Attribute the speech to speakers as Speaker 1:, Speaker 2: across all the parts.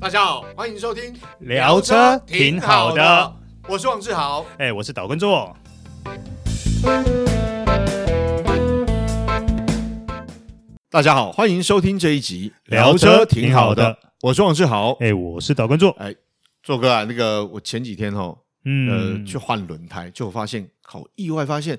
Speaker 1: 大家好，欢迎收听
Speaker 2: 聊车挺好的，
Speaker 1: 我是王志豪。
Speaker 2: 哎、我是岛根座。
Speaker 1: 大家好，欢迎收听这一集
Speaker 2: 聊车挺好的，
Speaker 1: 我是王志豪。
Speaker 2: 哎、我是岛根座。
Speaker 1: 做哥啊，那个我前几天哦，呃，
Speaker 2: 嗯，
Speaker 1: 去换轮胎，就发现好意外，发现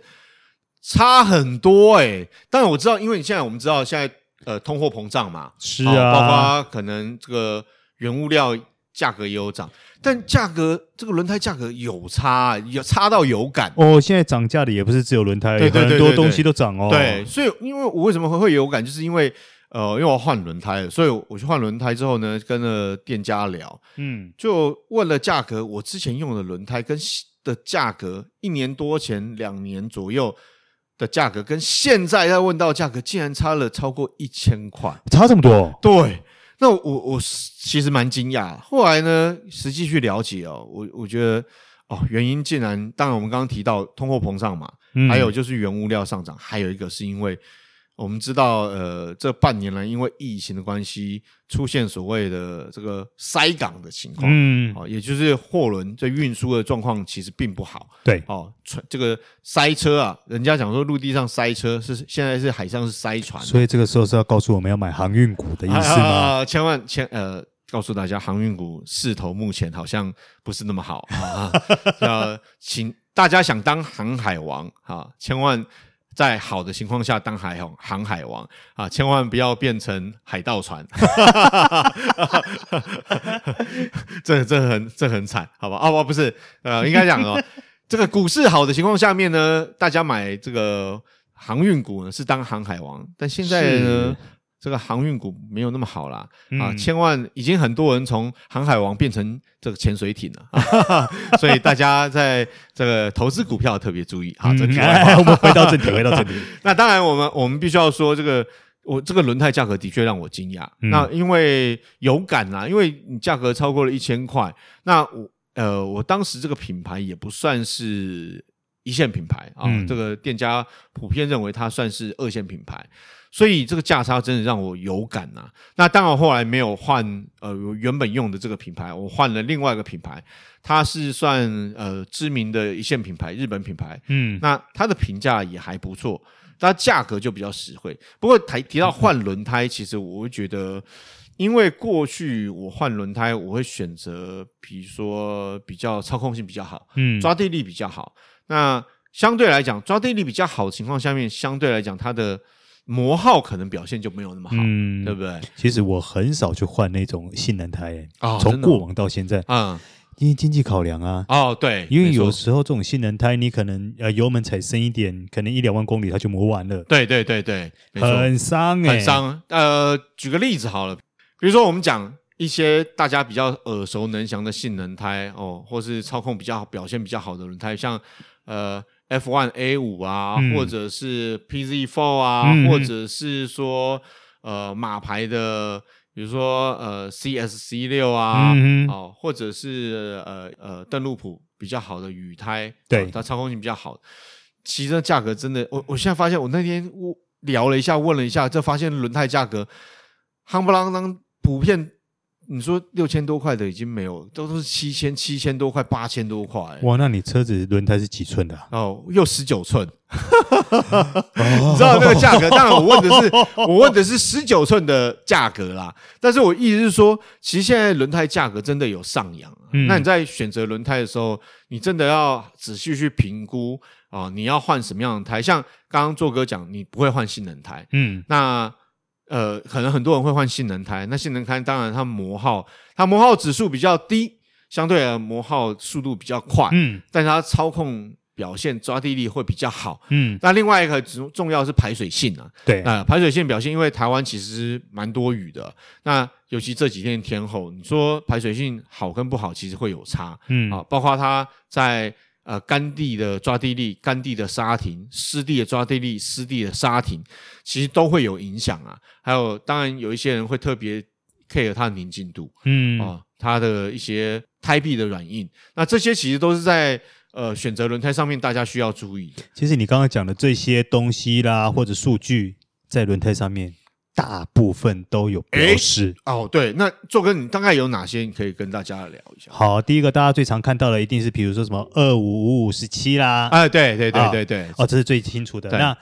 Speaker 1: 差很多哎、当然我知道，因为你现在我们知道现在呃通货膨胀嘛，
Speaker 2: 是
Speaker 1: 哦
Speaker 2: 啊，
Speaker 1: 包括可能这个原物料价格也有涨，但价格这个轮胎价格有差，有差到有感。
Speaker 2: 哦，现在涨价的也不是只有轮胎，
Speaker 1: 对对对
Speaker 2: 很
Speaker 1: 对
Speaker 2: 多
Speaker 1: 对
Speaker 2: 东西都涨哦。
Speaker 1: 对，，所以因为我为什么会会有感，就是因为呃，因为我换轮胎了，所以我去换轮胎之后呢，跟了店家聊，
Speaker 2: 嗯，
Speaker 1: 就问了价格，我之前用的轮胎跟西的价格，一年多前两年左右。的价格跟现在要问到的价格，竟然差了超过一千块。
Speaker 2: 差这么多。
Speaker 1: 对，那我我是其实蛮惊讶。后来呢，实际去了解哦，我我觉得哦，原因竟然，当然我们刚刚提到通货膨胀嘛，
Speaker 2: 嗯
Speaker 1: 还有就是原物料上涨，还有一个是因为我们知道，呃，这半年来因为疫情的关系，出现所谓的这个塞港的情况。
Speaker 2: 嗯，
Speaker 1: 哦，也就是货轮这运输的状况其实并不好
Speaker 2: 对，
Speaker 1: 哦，船这个塞车啊，人家讲说陆地上塞车是现在是海上是塞船，
Speaker 2: 所以这个时候是要告诉我们要买航运股的意思吗？
Speaker 1: 啊，千万千呃，告诉大家，航运股势头目前好像不是那么好啊。呃，请大家想当航海王啊，千万在好的情况下当海航航海王啊，千万不要变成海盗船。这这很这很惨，好吧？哦，不不是，呃，应该讲哦， 这个股市好的情况下面呢，大家买这个航运股呢是当航海王，但现在呢
Speaker 2: 是，
Speaker 1: 这个航运股没有那么好啦，啊，
Speaker 2: 嗯
Speaker 1: 千万已经很多人从航海王变成这个潜水艇了，啊 所以大家在这个投资股票特别注意啊。这题外话
Speaker 2: 哎我们回到 正题，回到正题。
Speaker 1: 那当然，我们我们必须要说这个。我这个轮胎价格的确让我惊讶，
Speaker 2: 嗯
Speaker 1: 那因为有感啦，因为你价格超过了一千块，那我呃，我当时这个品牌也不算是一线品牌啊，
Speaker 2: 嗯
Speaker 1: 这个店家普遍认为它算是二线品牌，所以这个价差真的让我有感呐、那当然后来没有换呃我原本用的这个品牌，我换了另外一个品牌，它是算呃知名的一线品牌，日本品牌，
Speaker 2: 嗯，
Speaker 1: 那它的评价也还不错，它价格就比较实惠。不过提提到换轮胎，其实我会觉得，因为过去我换轮胎，我会选择比如说比较操控性比较好，
Speaker 2: 嗯，
Speaker 1: 抓地力比较好。那相对来讲，抓地力比较好的情况下面，相对来讲它的磨耗可能表现就没有那么好，
Speaker 2: 嗯
Speaker 1: 对不对？
Speaker 2: 其实我很少去换那种性能胎、哎
Speaker 1: 哦
Speaker 2: 从
Speaker 1: 真的哦
Speaker 2: 过往到现在，
Speaker 1: 嗯，
Speaker 2: 因为经济考量啊，
Speaker 1: 哦，对，
Speaker 2: 因为
Speaker 1: 没错
Speaker 2: 有时候这种性能胎，你可能呃油门踩深一点，可能一两万公里它就磨完了，
Speaker 1: 对对对对，没错。
Speaker 2: 很伤哎、
Speaker 1: 很。伤。呃，举个例子好了，比如说我们讲一些大家比较耳熟能详的性能胎哦，或是操控比较好、表现比较好的轮胎，像呃 F1 A 五啊，
Speaker 2: 嗯
Speaker 1: 或者是 PZ Four 啊，
Speaker 2: 嗯
Speaker 1: 或者是说呃马牌的，比如说呃 CSC 六啊，
Speaker 2: 嗯哼，
Speaker 1: 哦，或者是呃呃邓禄普比较好的雨胎，
Speaker 2: 对
Speaker 1: 哦它操控性比较好，其实这价格真的，我我现在发现，我那天我聊了一下，问了一下，这发现轮胎价格夯不啷当，普遍你说六千多块的已经没有，都都是七千、七千多块、八千多块、
Speaker 2: 哇，那你车子轮胎是几寸的啊、
Speaker 1: 哦，又十九 寸，
Speaker 2: 你
Speaker 1: 你知道那个价格？当然，我问的是我问的是十九寸的价格啦。但是我意思是说，其实现在轮胎价格真的有上扬啊、
Speaker 2: 嗯
Speaker 1: 那你在选择轮胎的时候，你真的要仔细去评估啊、你要换什么样的胎？像刚刚做哥讲，你不会换性能胎，
Speaker 2: 嗯，
Speaker 1: 那呃，可能很多人会换性能胎。那性能胎当然它磨耗，它磨耗指数比较低，相对而磨耗速度比较快，
Speaker 2: 嗯
Speaker 1: 但是它操控表现抓地力会比较好。
Speaker 2: 嗯，
Speaker 1: 那另外一个重重要是排水性啊，
Speaker 2: 对，
Speaker 1: 呃，排水性表现，因为台湾其实蛮多雨的，那尤其这几天天后，你说排水性好跟不好，其实会有差啊、
Speaker 2: 嗯
Speaker 1: 包括它在呃干地的抓地力、干地的沙停、湿地的抓地力、湿地的沙停，其实都会有影响啊。还有，当然有一些人会特别 care 它的宁静度，
Speaker 2: 嗯、
Speaker 1: 啊、它的一些胎壁的软硬，那这些其实都是在呃选择轮胎上面大家需要注意的。
Speaker 2: 其实你刚刚讲的这些东西啦，或者数据在轮胎上面大部分都有标示。
Speaker 1: 哦，对，那做跟你大概有哪些？你可以跟大家聊一下。
Speaker 2: 好，第一个大家最常看到的一定是，比如说什么二五五五十 七啦，
Speaker 1: 哎，对对
Speaker 2: 啊
Speaker 1: 对对对，
Speaker 2: 哦，这是最清楚的。
Speaker 1: 对
Speaker 2: 那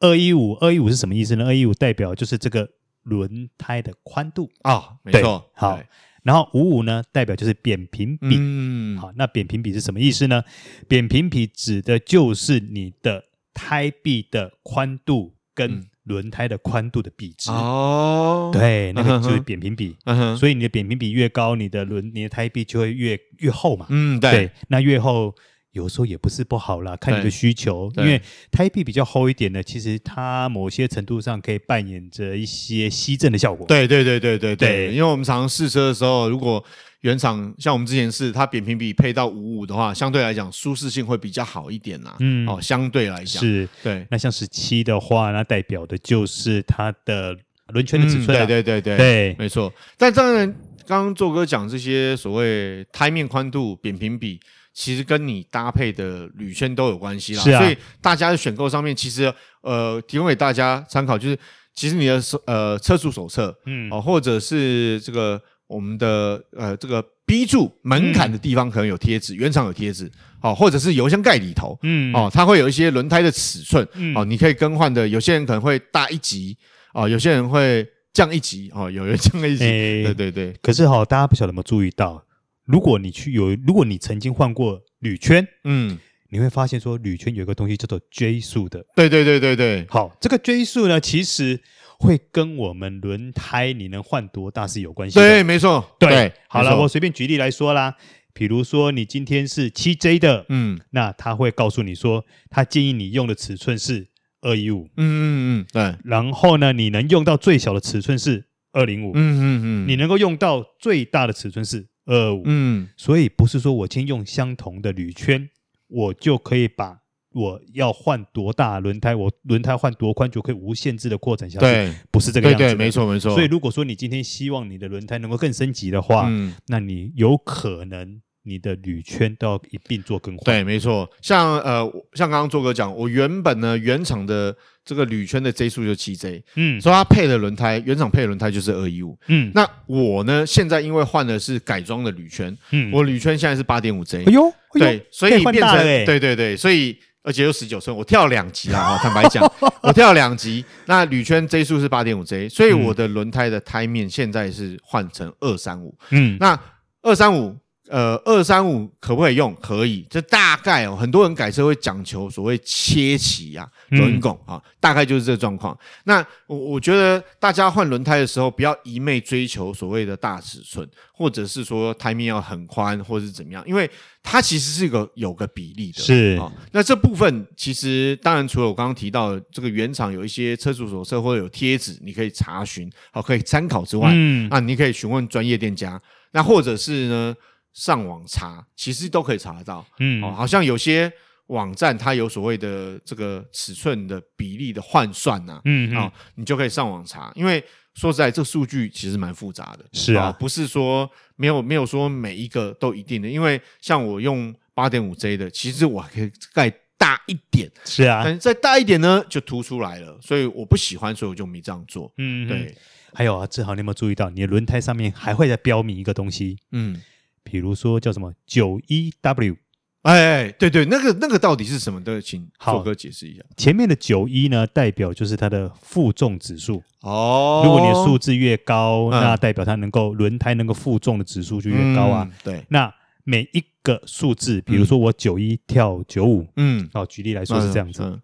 Speaker 2: 二一五二一五是什么意思呢？二一五代表就是这个轮胎的宽度，
Speaker 1: 哦，没
Speaker 2: 对
Speaker 1: 错，
Speaker 2: 好
Speaker 1: 对，
Speaker 2: 然后五五呢代表就是扁平比。
Speaker 1: 嗯，
Speaker 2: 好，那扁平比是什么意思呢？扁平比指的就是你的胎壁的宽度跟
Speaker 1: 嗯
Speaker 2: 轮胎的宽度的比值。
Speaker 1: 哦，，
Speaker 2: 对，那个
Speaker 1: 嗯哼
Speaker 2: 就是
Speaker 1: 哼
Speaker 2: 扁平比。
Speaker 1: 嗯哼，
Speaker 2: 所以你的扁平比越高，你的轮你的胎壁就会越越厚嘛。
Speaker 1: 嗯，
Speaker 2: 对
Speaker 1: 对，，
Speaker 2: 那越厚有时候也不是不好啦，看你的
Speaker 1: 对
Speaker 2: 需求。因
Speaker 1: 对
Speaker 2: 为胎壁比较厚一点呢，其实它某些程度上可以扮演着一些吸震的效果。
Speaker 1: 对对对对对
Speaker 2: 对
Speaker 1: 对，因为我们常常试车的时候，如果原厂像我们之前是它扁平比配到五五的话，相对来讲舒适性会比较好一点啦。
Speaker 2: 嗯
Speaker 1: 哦，相对来讲，
Speaker 2: 是。
Speaker 1: 对，
Speaker 2: 那像十七的话，那代表的就是它的轮圈的尺寸、啊
Speaker 1: 嗯对对对
Speaker 2: 对
Speaker 1: 没错。但当然，刚刚做哥讲这些所谓胎面宽度、扁平比，其实跟你搭配的铝圈都有关系啦。
Speaker 2: 是啊
Speaker 1: 所以大家的选购上面，其实呃，提供给大家参考，就是其实你的手呃车主手册
Speaker 2: 嗯
Speaker 1: 哦、或者是这个我们的呃这个。B 柱门槛的地方可能有贴纸，原厂有贴纸，哦，或者是油箱盖里头，
Speaker 2: 嗯
Speaker 1: 哦，它会有一些轮胎的尺寸，
Speaker 2: 嗯
Speaker 1: 哦，你可以更换的。有些人可能会大一级，哦，有些人会降一级，哦，有人降一级，
Speaker 2: 诶
Speaker 1: 对对对，
Speaker 2: 哎可是哈、大家不晓得有没有注意到，如果你去有，如果你曾经换过铝圈，
Speaker 1: 嗯，
Speaker 2: 你会发现说铝圈有一个东西叫做 J 数的。
Speaker 1: 对对对对对，
Speaker 2: 好，这个 J 数呢，其实会跟我们轮胎你能换多大是有关系的。
Speaker 1: 对，没错，对，
Speaker 2: 好
Speaker 1: 没
Speaker 2: 了，
Speaker 1: 错
Speaker 2: 我随便举例来说啦，比如说你今天是七 J 的，
Speaker 1: 嗯
Speaker 2: 那他会告诉你说，他建议你用的尺寸是二一五，
Speaker 1: 嗯嗯嗯，对，嗯
Speaker 2: 然后呢，你能用到最小的尺寸是二零五，
Speaker 1: 嗯嗯，
Speaker 2: 你能够用到最大的尺寸是二五。
Speaker 1: 嗯
Speaker 2: 所以不是说我今天用相同的铝圈，我就可以把我要换多大的轮胎，我轮胎换多宽就可以无限制的扩展下去。
Speaker 1: 对
Speaker 2: 不是这个
Speaker 1: 对
Speaker 2: 样子的
Speaker 1: 对，没。错没错，
Speaker 2: 所以如果说你今天希望你的轮胎能够更升级的话，
Speaker 1: 嗯。
Speaker 2: 那你有可能你的铝圈都要一并做更换。
Speaker 1: 对，没错，像呃，我像刚刚做哥讲，我原本呢原厂的这个铝圈的 J 数就七 J，
Speaker 2: 嗯
Speaker 1: 所以它配的轮胎，原厂配的轮胎就是二一五。
Speaker 2: 嗯
Speaker 1: 那我呢，现在因为换的是改装的铝圈，
Speaker 2: 嗯，
Speaker 1: 我铝圈现在是八点五 J，
Speaker 2: 哎呦，哎呦
Speaker 1: 对，所以
Speaker 2: 可换
Speaker 1: 变
Speaker 2: 大
Speaker 1: 成
Speaker 2: 了欸
Speaker 1: 对对对，所以而且又十九寸，我跳两级啦，哈，哦坦白 讲，我跳两级，那铝圈 J 数是八点五 J，所
Speaker 2: 嗯
Speaker 1: 以我的轮胎的胎面现在是换成二三五，
Speaker 2: 嗯
Speaker 1: 那二三五。呃，二三五可不可以用？可以，这大概哦，很多人改车会讲求所谓切齐呀、
Speaker 2: 嗯
Speaker 1: 轮拱啊，大概就是这状况。那我我觉得大家换轮胎的时候，不要一昧追求所谓的大尺寸，或者是说胎面要很宽，或者是怎么样，因为它其实是一个有个比例的。
Speaker 2: 是
Speaker 1: 啊、那这部分其实当然，除了我刚刚提到的这个原厂有一些车主手册或者有贴纸，你可以查询，好、可以参考之外，
Speaker 2: 嗯
Speaker 1: 啊，你可以询问专业店家，那或者是呢上网查，其实都可以查得到。
Speaker 2: 嗯
Speaker 1: 哦，好像有些网站它有所谓的这个尺寸的比例的换算呐、
Speaker 2: 嗯
Speaker 1: 啊、哦，你就可以上网查，因为说实在，这数据其实蛮复杂的。
Speaker 2: 是啊
Speaker 1: 哦不是说没有没有说每一个都一定的，因为像我用八点五 J 的，其实我还可以盖大一点，
Speaker 2: 是啊
Speaker 1: 但，是再大一点呢就凸出来了，所以我不喜欢，所以我就没这样做。
Speaker 2: 嗯
Speaker 1: 对，
Speaker 2: 还有啊，志豪，你有没有注意到你的轮胎上面还会再标明一个东西？
Speaker 1: 嗯。
Speaker 2: 比如说叫什么九一 W，
Speaker 1: 哎，哎对对，那个那个到底是什么的，请
Speaker 2: 好
Speaker 1: 做哥解释一下。
Speaker 2: 前面的九一呢，代表就是它的负重指数。
Speaker 1: 哦
Speaker 2: 如果你的数字越高，
Speaker 1: 嗯
Speaker 2: 那代表它能够轮胎能够负重的指数就越高啊。，
Speaker 1: 嗯对，
Speaker 2: 那每一个数字，比如说我九一跳九五、
Speaker 1: 嗯，
Speaker 2: 哦，举例来说是这样子，
Speaker 1: 嗯。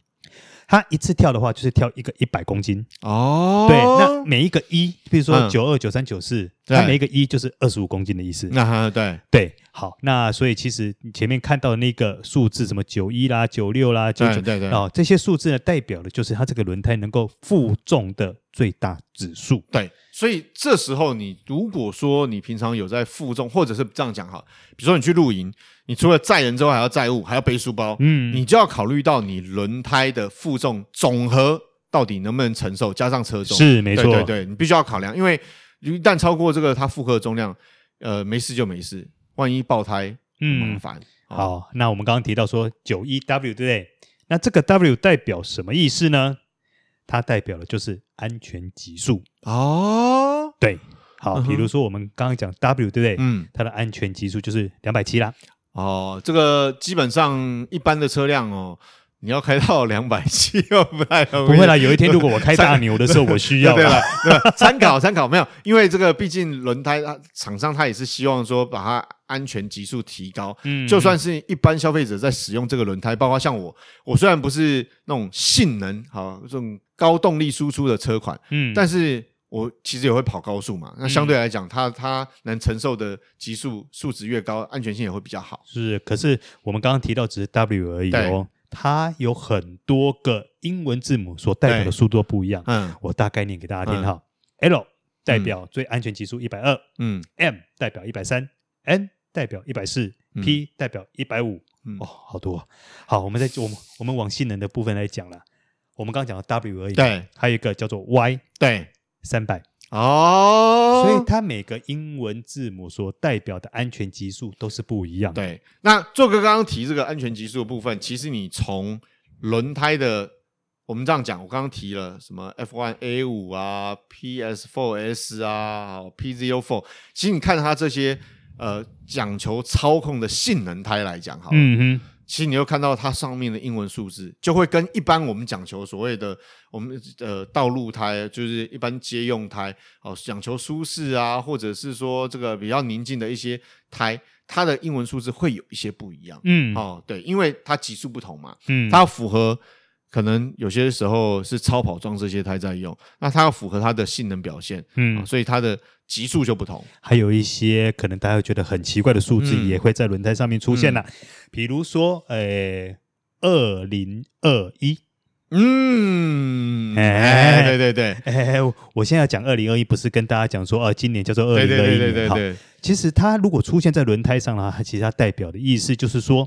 Speaker 2: 它一次跳的话就是跳一个一百公斤。
Speaker 1: 哦，
Speaker 2: 对，那每一个一，比如说
Speaker 1: 嗯
Speaker 2: 九二、九三、九四，
Speaker 1: 对
Speaker 2: 它每一个一就是二十五公斤的意思。
Speaker 1: 那那啊对，
Speaker 2: 对，好，那所以其实你前面看到的那个数字，什么九一啦、九六啦、九九，
Speaker 1: 哎对对对
Speaker 2: 哦，这些数字呢，代表的就是它这个轮胎能够负重的最大指数。
Speaker 1: 对，所以这时候你如果说你平常有在负重，或者是这样讲好了，比如说你去露营，你除了载人之外，还要载物，还要背书包，
Speaker 2: 嗯
Speaker 1: 你就要考虑到你轮胎的负重总和到底能不能承受，加上车重，
Speaker 2: 是没错，
Speaker 1: 对对对，你必须要考量，因为一旦超过这个它负荷的重量，呃，没事就没事，万一爆胎，
Speaker 2: 嗯
Speaker 1: 麻烦。哦，
Speaker 2: 好，那我们刚刚提到说九一 W 对不对？那这个 W 代表什么意思呢？它代表的就是安全级数。
Speaker 1: 哦，
Speaker 2: 对，好，
Speaker 1: 嗯哼
Speaker 2: 比如说我们刚刚讲 W，对不对？
Speaker 1: 嗯，
Speaker 2: 它的安全级数就是两百七啦。
Speaker 1: 哦，这个基本上一般的车辆哦，你要开到两百七又不太容
Speaker 2: 不
Speaker 1: 易
Speaker 2: 会啦，有一天如果我 开大牛的时候，我需
Speaker 1: 对
Speaker 2: 要
Speaker 1: 对
Speaker 2: 啦
Speaker 1: 了，对吧？参考参考，没有，因为这个毕竟轮胎，它厂商他也是希望说把它安全级数提高。
Speaker 2: 嗯
Speaker 1: 就算是一般消费者在使用这个轮胎，包括像我，我虽然不是那种性能好这种高动力输出的车款，
Speaker 2: 嗯，
Speaker 1: 但是我其实也会跑高速嘛。那相对来讲，它它能承受的级数数值越高，安全性也会比较好。
Speaker 2: 是，可是我们刚刚提到只是 W 而已哦，它有很多个英文字母所代表的
Speaker 1: 对
Speaker 2: 速度不一样。
Speaker 1: 嗯
Speaker 2: 我大概念给大家听
Speaker 1: 嗯
Speaker 2: 哈、l 代表最安全级数一百二
Speaker 1: 嗯，
Speaker 2: ，M 代表一百三，N 代表一百四
Speaker 1: 嗯
Speaker 2: ，P 代表一百五。
Speaker 1: 嗯
Speaker 2: 哦，好多、啊。好，我们再我们我们往性能的部分来讲啦。我们刚刚讲到 W 而已，，
Speaker 1: 对
Speaker 2: 还有一个叫做 Y
Speaker 1: 对，
Speaker 2: 三百，
Speaker 1: 哦，
Speaker 2: 所以它每个英文字母所代表的安全级数都是不一样的。
Speaker 1: 对，那做哥刚刚提这个安全级数的部分，其实你从轮胎的，我们这样讲，我刚刚提了什么 F1 A 五啊、PS 4 S 啊、PZO 4，其实你看它这些呃讲求操控的性能胎来讲，好了，
Speaker 2: 嗯哼，
Speaker 1: 其实你又看到它上面的英文数字，就会跟一般我们讲求所谓的我们呃道路胎，就是一般街用胎，哦，讲求舒适啊，或者是说这个比较宁静的一些胎，它的英文数字会有一些不一样。
Speaker 2: 嗯，
Speaker 1: 哦，对，因为它级数不同嘛，
Speaker 2: 嗯，
Speaker 1: 它要符合可能有些时候是超跑装这些胎在用，那它要符合它的性能表现，
Speaker 2: 嗯
Speaker 1: 哦所以它的级数就不同。
Speaker 2: 还有一些可能大家会觉得很奇怪的数字
Speaker 1: 嗯
Speaker 2: 也会在轮胎上面出现啦，比如说，呃，二零二一，
Speaker 1: 嗯，
Speaker 2: 哎
Speaker 1: 哎，对对对，
Speaker 2: 哎，我我现在要讲二零二一，不是跟大家讲说，呃，今年叫做二
Speaker 1: 对
Speaker 2: 零
Speaker 1: 对
Speaker 2: 二
Speaker 1: 对
Speaker 2: 一
Speaker 1: 对
Speaker 2: 年，
Speaker 1: 对
Speaker 2: 好
Speaker 1: 对，
Speaker 2: 其实它如果出现在轮胎上了，它其实它代表的意思就是说，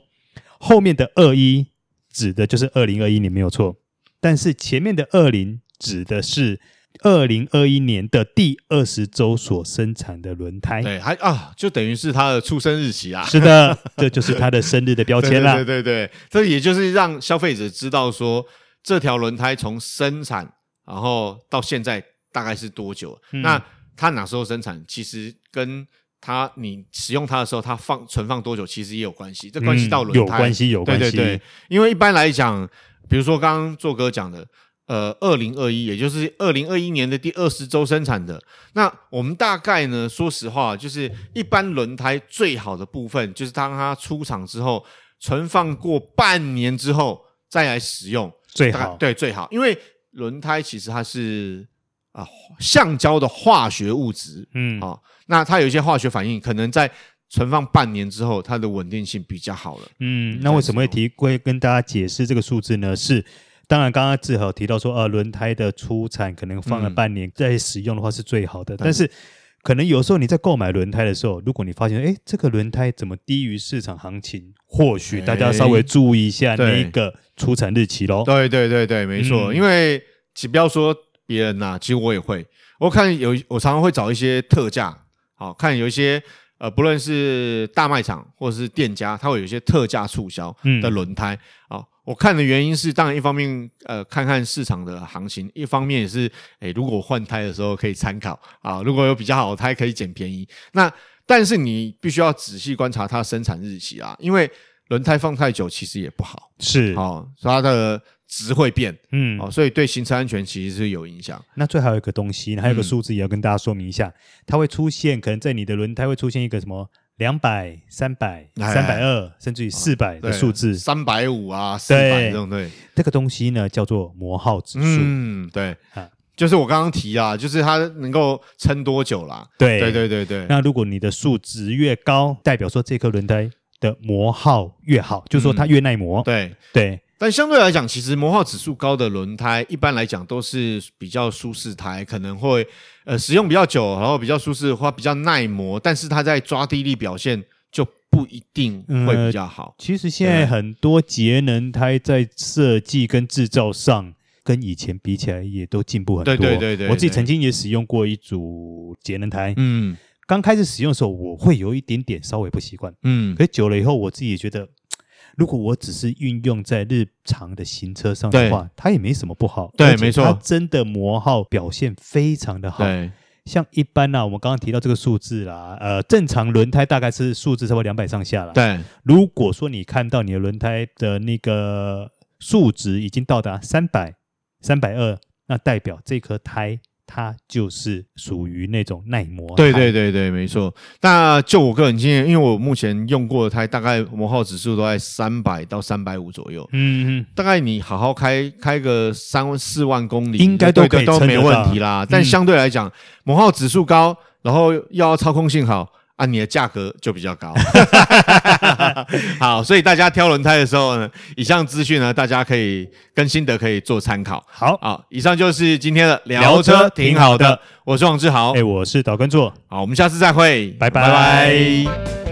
Speaker 2: 后面的二一指的就是二零二一年没有错，但是前面的二零指的是二零二一年的第二十周所生产的轮胎。
Speaker 1: 对，还啊，就等于是他的出生日期 啊，
Speaker 2: 是的，这就是它的生日的标
Speaker 1: 对
Speaker 2: 签啦。
Speaker 1: 对对对对，这也就是让消费者知道说这条轮胎从生产然后到现在大概是多久。
Speaker 2: 嗯
Speaker 1: 那它哪时候生产，其实跟它你使用它的时候，它放存放多久，其实也有关系。这关系到轮胎、
Speaker 2: 嗯有关系，有关系。
Speaker 1: 对对对，因为一般来讲，比如说刚刚做哥讲的，呃，二零二一，也就是二零二一年的第二十周生产的，那我们大概呢，说实话，就是一般轮胎最好的部分，就是当它出厂之后，存放过半年之后再来使用，
Speaker 2: 最
Speaker 1: 大概
Speaker 2: 好
Speaker 1: 对最好，因为轮胎其实它是啊、橡胶的化学物质，
Speaker 2: 嗯，
Speaker 1: 哦，那它有一些化学反应，可能在存放半年之后，它的稳定性比较好了。
Speaker 2: 嗯，那为什么会提会跟大家解释这个数字呢？是当然，刚刚志豪提到说，呃，轮胎的出产可能放了
Speaker 1: 嗯
Speaker 2: 半年，再使用的话是最好的，但是。可能有时候你在购买轮胎的时候，如果你发现，哎，这个轮胎怎么低于市场行情，或许大家
Speaker 1: 哎
Speaker 2: 稍微注意一下那
Speaker 1: 对
Speaker 2: 一个出产日期喽。
Speaker 1: 对对对对，没错，
Speaker 2: 哦嗯
Speaker 1: 因为其不要说别人呐、其实我也会，我看有我常常会找一些特价，好看有一些呃，不论是大卖场或者是店家，它会有一些特价促销
Speaker 2: 嗯
Speaker 1: 的轮胎啊、好我看的原因是，当然一方面呃看看市场的行情，一方面也是，诶，如果换胎的时候可以参考啊，如果有比较好的胎可以捡便宜。那但是你必须要仔细观察它生产日期啊，因为轮胎放太久其实也不好。
Speaker 2: 是，
Speaker 1: 哦，所以它的值会变
Speaker 2: 嗯，
Speaker 1: 哦，所以对行车安全其实是有影响。
Speaker 2: 那最后还有一个东西，还有一个
Speaker 1: 嗯
Speaker 2: 数字也要跟大家说明一下，它会出现可能在你的轮胎会出现一个什么两百、三百、
Speaker 1: 哎哦
Speaker 2: 三百二，甚至于四百的数字。
Speaker 1: 啊三百五啊，四百
Speaker 2: 对
Speaker 1: 这种对，
Speaker 2: 这个东西呢叫做磨耗指数。
Speaker 1: 嗯，对
Speaker 2: 啊，
Speaker 1: 就是我刚刚提啊，就是它能够撑多久啦？
Speaker 2: 对
Speaker 1: 对对对对，
Speaker 2: 那如果你的数值越高，代表说这颗轮胎的磨耗越好，就是说它越耐磨。
Speaker 1: 嗯对。
Speaker 2: 对
Speaker 1: 但相对来讲，其实磨耗指数高的轮胎，一般来讲都是比较舒适胎，可能会呃使用比较久，然后比较舒适，或比较耐磨，但是它在抓地力表现就不一定会
Speaker 2: 嗯
Speaker 1: 比较好。
Speaker 2: 其实现在
Speaker 1: 对
Speaker 2: 很多节能胎在设计跟制造上。跟以前比起来，也都进步很多。
Speaker 1: 对对对对
Speaker 2: 我自己
Speaker 1: 对
Speaker 2: 曾经也使用过一组节能胎，
Speaker 1: 嗯
Speaker 2: 刚开始使用的时候，我会有一点点稍微不习惯，
Speaker 1: 嗯
Speaker 2: 可是久了以后，我自己也觉得，如果我只是运用在日常的行车上的话，它也没什么不好。
Speaker 1: 对
Speaker 2: 而且
Speaker 1: 没错
Speaker 2: 它真的磨耗表现非常的好。
Speaker 1: 对，
Speaker 2: 像一般啊呢、我们刚刚提到这个数字啦，呃，正常轮胎大概是数字差不多两百上下啦。，
Speaker 1: 对，
Speaker 2: 如果说你看到你的轮胎的那个数值已经到达三百、三百二，那代表这颗胎它就是属于那种耐磨。嗯
Speaker 1: 对对，对对，没错。那就我个人经验，因为我目前用过的胎，大概磨耗指数都在三百到三百五左右。
Speaker 2: 嗯嗯，
Speaker 1: 大概你好好开开个三万四万公里，
Speaker 2: 应该都
Speaker 1: 对
Speaker 2: 可
Speaker 1: 对
Speaker 2: 以
Speaker 1: 都
Speaker 2: 撑得嗯
Speaker 1: 没问题啦。但相对来讲，磨耗指数高，然后又要操控性好啊，你的价格就比较 高。好，所以大家挑轮胎的时候呢，以上资讯呢，大家可以跟心得可以做参考。
Speaker 2: 好，
Speaker 1: 好，以上就是今天的
Speaker 2: 聊
Speaker 1: 聊
Speaker 2: 车
Speaker 1: 车
Speaker 2: 挺
Speaker 1: 挺
Speaker 2: 好
Speaker 1: 好
Speaker 2: 的
Speaker 1: 的，我是王志豪
Speaker 2: 哎、。我是导观座，
Speaker 1: 好，我们下次再会，
Speaker 2: 拜拜
Speaker 1: 拜拜